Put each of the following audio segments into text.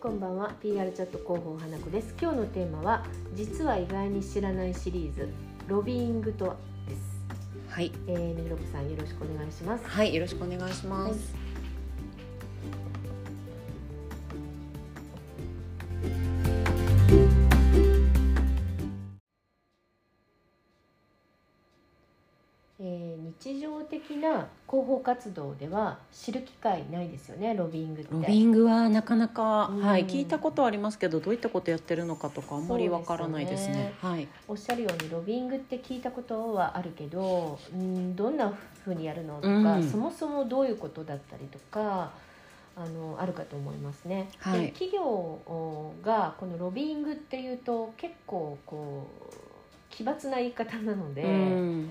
こんばんは PR チャット広報花子です今日のテーマは実は意外に知らないシリーズロビーングとはです、はい、えー、みろこさんよろしくお願いしますはい、よろしくお願いします。えー日常的な広報活動では知る機会ないですよねロビーングってロビングはなかなか、うんはい、聞いたことはありますけど、どういったことやってるのかとか、あんまりわからないですね。そうですはい、おっしゃるようにロビーングって聞いたことはあるけどうんどんなふうにやるのとか、うんそもそもどういうことだったりとかあのあるかと思いますね。はいで企業がこのロビーングっていうと結構こう奇抜な言い方なので、うん、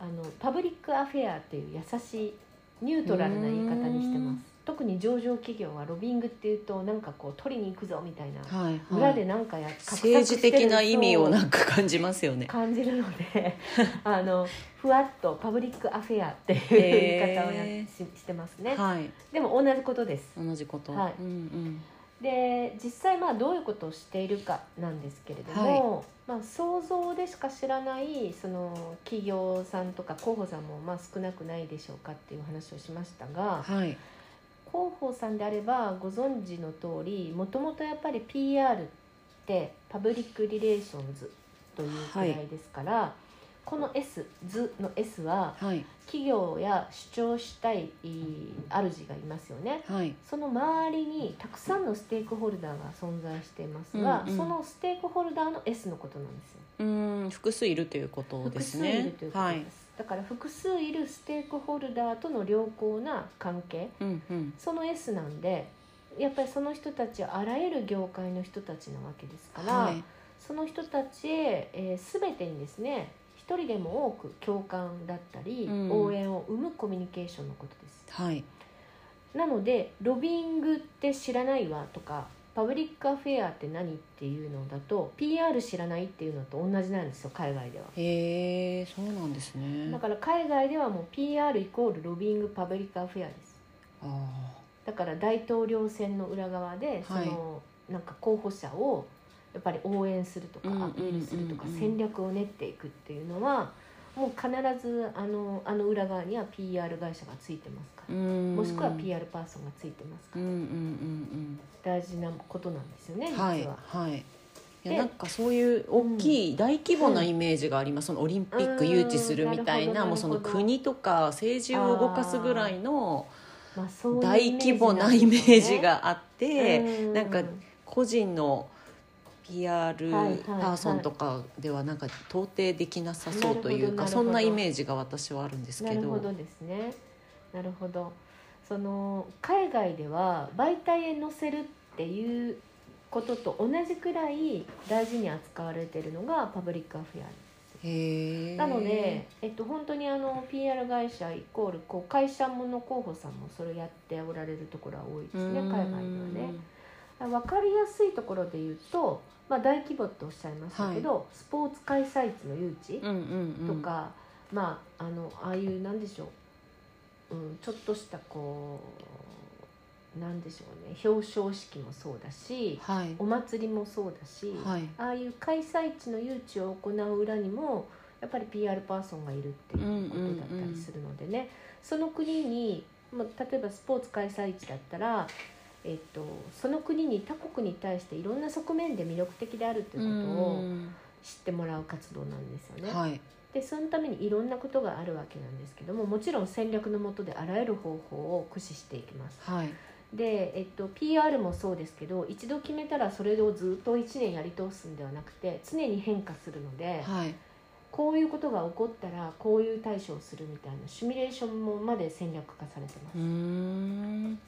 あのパブリックアフェアっていう優しいニュートラルな言い方にしてまうすん。特に上場企業はロビーングっていうとなんかこう取りに行くぞみたいな、はい、はい裏でなんかや画策してる政治的な意味をそうなんか感じますよ ね。感じるの であのふわっとパブリックアフェアっていう言いへー方をやししてますね、はい、でも同じことです同じこと。はいうん、で実際まあどういうことをしているかなんですけれども、まあ、想像でしか知らないその企業さんとか候補さんもまあ少なくないでしょうかっていう話をしましたうん、がはい、広報さんであればご存知の通りもともとやっぱり PR ってパブリック・リレーションズというくらいですから、この S「図」の S ははい、企業や主張したいえー主がいますよね。はい、その周りにたくさんのステークホルダーが存在していますが、うんうんそのステークホルダーの S のことなんですよ。うん、複数いるということで複す数いるねという。ことです、はい、だから複数いるステークホルダーとの良好な関係、うん、うん、その S なんでやっぱりその人たちはあらゆる業界の人たちなわけですから、はい、その人たちへ、えー全てにですね一人でも多く共感だったり、うん応援を生むコミュニケーションのことですはい、なのでロビーングって知らないわとかパブリックアフェアって何っていうのだと PR 知らないっていうのと同じなんですよ海外ではへえ、そうなんですねだ。から海外ではもう PR イコールロビーングパブリックアフェアですあだから大統領選の裏側で、はいそのなんか候補者をやっぱり応援するとかうんうんうんうアんピールするとか戦略を練っていくっていうのはもう必ずあのあの裏側には PR 会社がついてますかあ、ら、うん、もしくは PR パーソンがついてますかうん、ら、うん、うん、大事なことなんですよねうん、実は。はい、はい。いでやなんかそういう大きい大規模なイメージがあります、そのオリンピック誘致するみたいなうんもうそなのるほど国とか政治を動かすぐらいのまあ、そういう大規模なイメージがあって、なんか個人の PR パはいはいはいーソンとかではなんか到底できなさそうというなるほどなるほどかそんなイメージが私はあるんですなけるどほどですねなるほどその海外では媒体へ載せるっていうことと同じくらい大事に扱われているのがパブリックアフェアへえなので、えっと、本当にあの PR 会社イコールこう会社もの候補さんもそれをやっておられるところは多いですね海外ではね。分かりやすいところで言うと、まあ、大規模とおっしゃいましたけど、スポーツ開催地の誘致、うんうんうんとか、まああのああいうなんでしょう、うん、ちょっとしたこうなんでしょうね表彰式もそうだしはいお祭りもそうだし、はいああいう開催地の誘致を行う裏にもやっぱり PR パーソンがいるっていうことだったりするのでね、その国に、まあ、例えばスポーツ開催地だったら。えっと、その国に他国に対していろんな側面で魅力的であるということうをん知ってもらう活動なんですよね。はいでそのためにいろんなことがあるわけなんですけどももちろん戦略のもとであらゆる方法を駆使していきますはいで、えっと、PR もそうですけど一度決めたらそれをずっと1年やり通すんではなくて常に変化するのではいこういうことが起こったらこういう対処をするみたいなシミュレーションもまで戦略化されてますうーん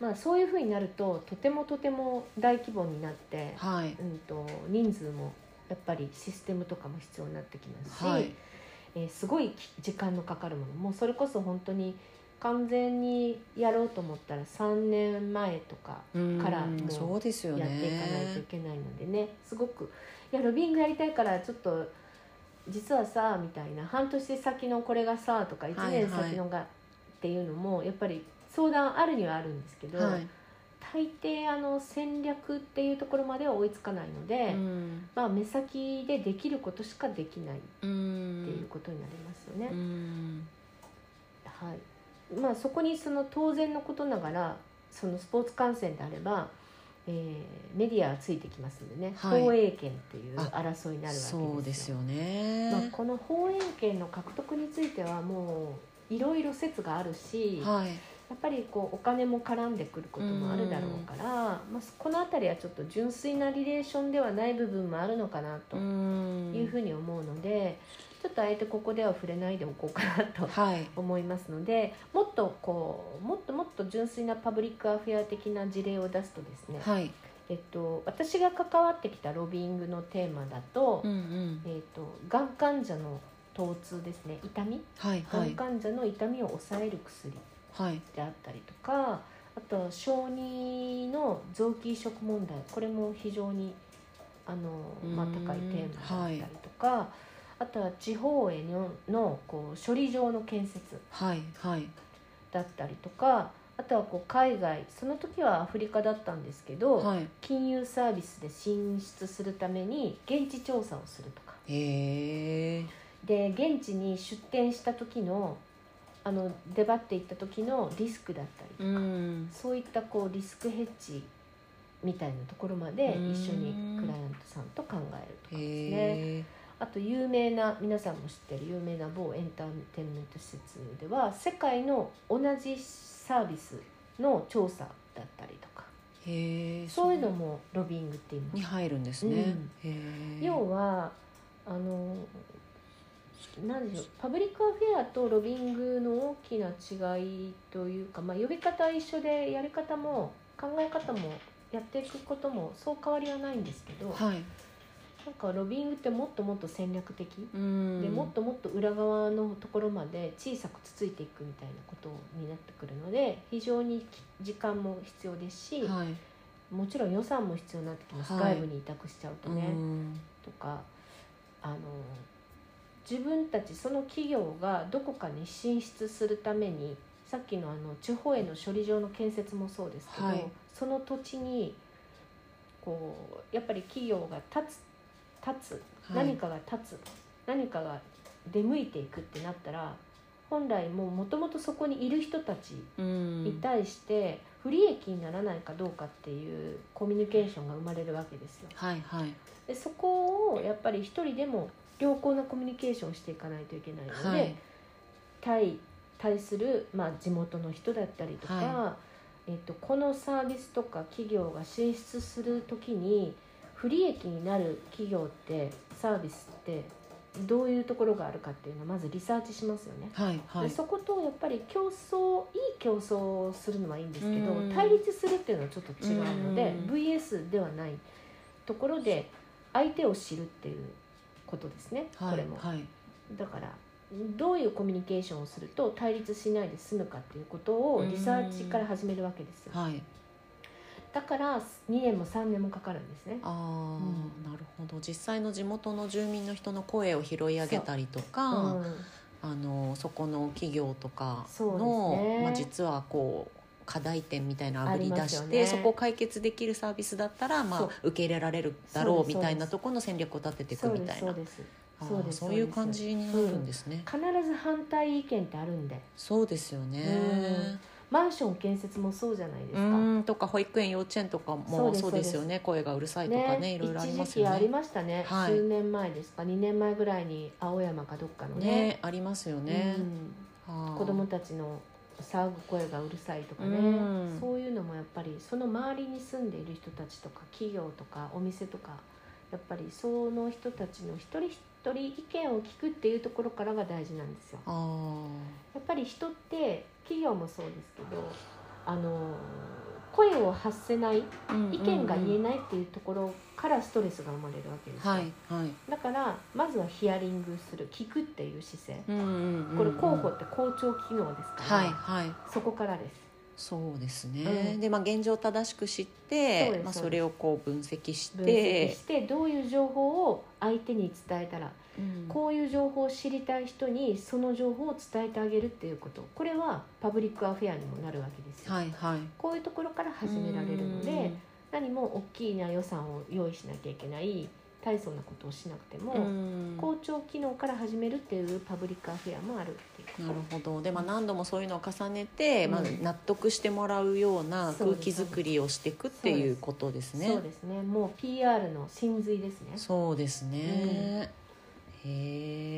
まあそういうふうになるととてもとても大規模になって、はいうん、と人数もやっぱりシステムとかも必要になってきますし、はいえーすごいき時間のかかるものもうそれこそ本当に完全にやろうと思ったら3年前とかからうんもうそうですよやっねていかないといけないのでねすごく「いやロビングやりたいからちょっと実はさ」みたいな「半年先のこれがさ」とか1年先のがっていうのもやっぱり相談あるにはあるんですけど、はい大抵あの戦略っていうところまでは追いつかないので、うんまあ、目先でできることしかできないっうていうんことになりますよね。うんはいまあ、そこにその当然のことながらそのスポーツ観戦であれば、えーメディアはついてきますんでね、はい放映権というあ争いになるわけですよそうですよまあね、この放映権の獲得についてはもういろいろ説があるし、はいやっぱりこうお金も絡んでくることもあるだろうから、まあ、この辺りはちょっと純粋なリレーションではない部分もあるのかなとうんいうふうに思うので、ちょっとあえてここでは触れないでおこうかなとはい思いますのでもっとこうもっともっと純粋なパブリックアフェア的な事例を出すとですね、はいえっと、私が関わってきたロビーイングのテーマだと,、うんうんえっとがん患者の疼痛ですね痛みはいがはんい患者の痛みを抑える薬はいであったりとか、あとは小児の臓器移植問題これも非常にあの、まあ、うーん高いテーマだったりとか、あとは地方へののこう処理場の建設はいはいだったりとかあとはこう海外その時はアフリカだったんですけど、はい金融サービスで進出するために現地調査をするとかへえで現地に出店した時のあの出張っていった時のリスクだったりとうか、んそういったこうリスクヘッジみたいなところまでうん一緒にクライアントさんと考えるとかですね。へえあと有名な皆さんも知ってる有名な某エンターテインメント施設では世界の同じサービスの調査だったりとかへえそういうのもロビングって言いますに入るんですね、へえ要はあの何でしょうパブリックアフェアとロビングの大きな違いというか、まあ、呼び方は一緒でやり方も考え方もやっていくこともそう変わりはないんですけどはいなんかロビングってもっともっと戦略的うんでもっともっと裏側のところまで小さくつついていくみたいなことになってくるので非常に時間も必要ですし、はいもちろん予算も必要になってきます、は外い部に委託しちゃうとね。うんとかあの自分たちその企業がどこかに進出するためにさっきのあの地方への処理場の建設もそうですけど、はいその土地にこうやっぱり企業が立つ立つはい何かが立つ、何かが出向いていくってなったら本来もうもともとそこにいる人たちうんに対して不利益にならないかどうかっていうコミュニケーションが生まれるわけですよ。はいはいでそこをやっぱり一人でも良好なコミュニケーションをしていかないといけないので、はい対対する、まあ、地元の人だったりとか、はえっと、このサービスとか企業が進出する時に不利益になる企業ってサービスってどういうところがあるかっていうのをまずリサーチしますよね。はいはいでそことやっぱり競争いい競争をするのはいいんですけど、うん対立するっていうのはちょっと違うので、うん VS ではないところで相手を知るっていうことですね、はいこれも、はいだからどういうコミュニケーションをすると対立しないで済むかっていうことをリサーチから始めるわけですよ、はいだから2年も3年もかかるんですねああ、うんなるほど実際の地元の住民の人の声を拾い上げたりとか、うんあのそこの企業とかそうの、ですねまあ、実はこう課題点みたいなのあぶありりま出すよしねて、そこを解決できるサービスだったら、まそうあ、受け入れられるだそろううですみそたいうでなすところの戦略を立てていくそうみでたすいそなうですあーそうですそういう感そうじになるんですね、必ず反対意見ってあるんでそうですよねマンション建設もそうじゃないですうか、んとか保育園幼稚園とかそうもですそうですよね声がうるさいとかねいろいろありま一時す期よありねましたね、はい数年前ですか2年前ぐらいに青山かどっかのねねありますよね、うはんあ子供たちの騒ぐ声がうるさいとかね、うんそういうのもやっぱりその周りに住んでいる人たちとか企業とかお店とかやっぱりその人たちの一人一人意見を聞くっていうところからが大事なんですよ。あやっぱり人って企業もそうですけどあの声を発せないあ、うんうんうん意見が言えないっていうところからストレスが生まれるわけですよ、はいはい、だからまずはヒアリングする聞くっていう姿勢うんうんうんこれ候補って校長機能ですから、はいはいそこからですそうですね、うんでまあ現状を正しく知っそうてですまあそうですそれをこう分析し分析てしてどういう情報を相手に伝えたらうんこういう情報を知りたい人にその情報を伝えてあげるっていうことこれはパブリックアフェアにもなるわけですよ、はいはいこういうところから始められるので、何も大きいな予算を用意しなきゃいけない大層なことをしなくても、うん校長機能から始めるっていうパブリックアフェアもあるっていうなるほどで、まあ、何度もそういうのを重ねて、うんまあ、納得してもらうようなそう空です気づくりをしていくっていうことですねそうですねもう PR の真髄ですねそうですね、へ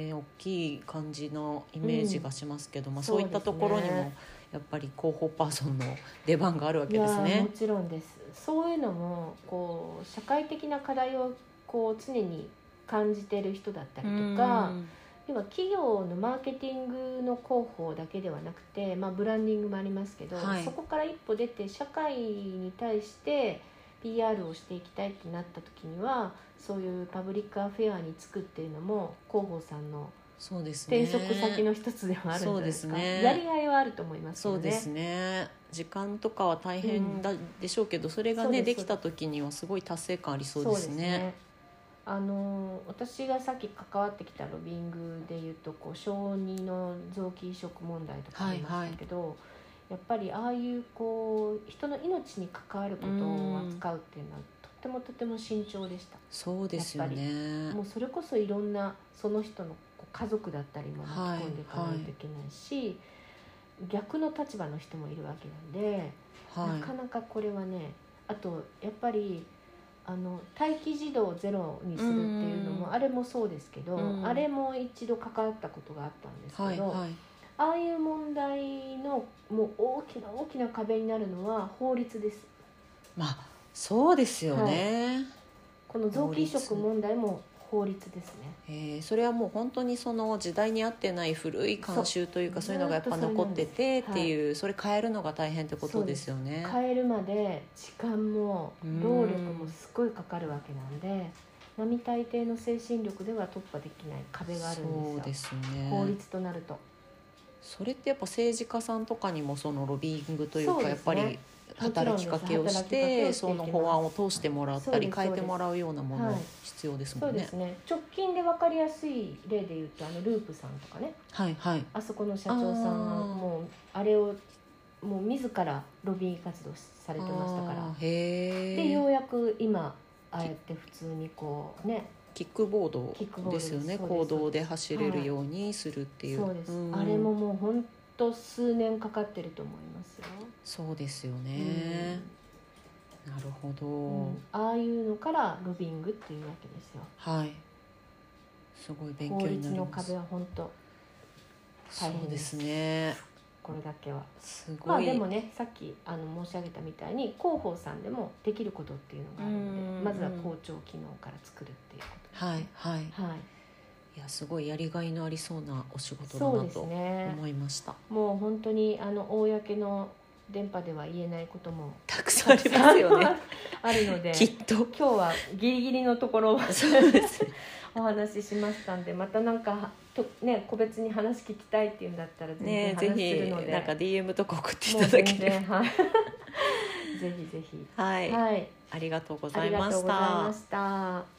え大きい感じのイメージがしますけど、まあ、そういったところにそうですもやっぱり広報パーソンの出番があるわいけやですーもね。ちろんですそういうのもこう社会的な課題をこう常に感じてる人だったりとか、要は企業のマーケティングの広報だけではなくて、まあ、ブランディングもありますけど、はいそこから一歩出て社会に対して PR をしていきたいってなった時にはそういうパブリックアフェアにつくっていうのも広報さんのそうですね転職先の一つではあるんじゃないですか、そうですねやりがいはあると思いますそようでねすね時間とかは大変だ、でしょうけどそれがそねうでですきた時にはすごい達成感ありそうですね。あの私がさっき関わってきたロビングでいうとこう小児の臓器移植問題とかありましたけど、やっぱりああいうこう人の命に関わることを扱うっていうのはとってもとても慎重でした、そうですよねもうそれこそいろんなその人のこう家族だったりも巻き込んでいかないといけないし、逆の立場の人もいるわけなんで。はなかなかこれはねあとやっぱりあの待機児童ゼロにするっていうのうもんあれもそうですけどうんあれも一度関わったことがあったんですいはけいど、はいああいう問題のもう大きな大きな壁になるのは法律ですまあそうですよね、この臓器移植問題も法律ですねえーそれはもう本当にその時代に合ってない古い慣習というかそそうういうのがやっずぱっとそれ残なんっでてすてっていうそれ変えるのが大変ってことですよね。変えるまで時間もうん労力もすごいかかるわけなんで並大抵の精神力では突破できない壁があるんそうでですよす法ね律となると。それってやっぱ政治家さんとかにもそのロビーイングというそうかでやっすぱねり働きかけをしもちろんです働きかけをしていきまてすその法案を通してもらったそうりです変えてもらうようなもはのい必要でそすもうんでねす。ね直近で分かりやすい例で言うとあのループさんとかねはいはいあそこの社長さんはあーもうあれをもう自らロビー活動されてましたからあーへでよえうやく今ああやって普通にこうねキックボードキックボードでですすよねそうです行動で走れるようにするっていう。そうですんあれももうほんと数年かかってると思いますよ、そうですよね。なるほど、うんああいうのからロビングっていうわけですよはい。すごい勉法強に律なりのます。壁は本当そ大変うでですすね。これだけはすごい。まあでもねさっきあの申し上げたみたいに広報さんでもできることっていうのがあるうんうんうのんでまずは校長機能から作るっていうことはいはい。はいいやすごいやりがいのありそうなお仕事そうだなですとね思いました。もう本当にあの公の電波では言えないこともたくさんありますよね。あるのでき今っと。日はギリギリのところをそうですね。お話ししましたんでまたなんかとね個別に話聞きたいっていうんだったら全然 ね話ぜするのひで、なんか DM とか送っていもうただけ全れば然はいぜひぜひはい、はいありがとうごあざいりがまとうしございたま。した。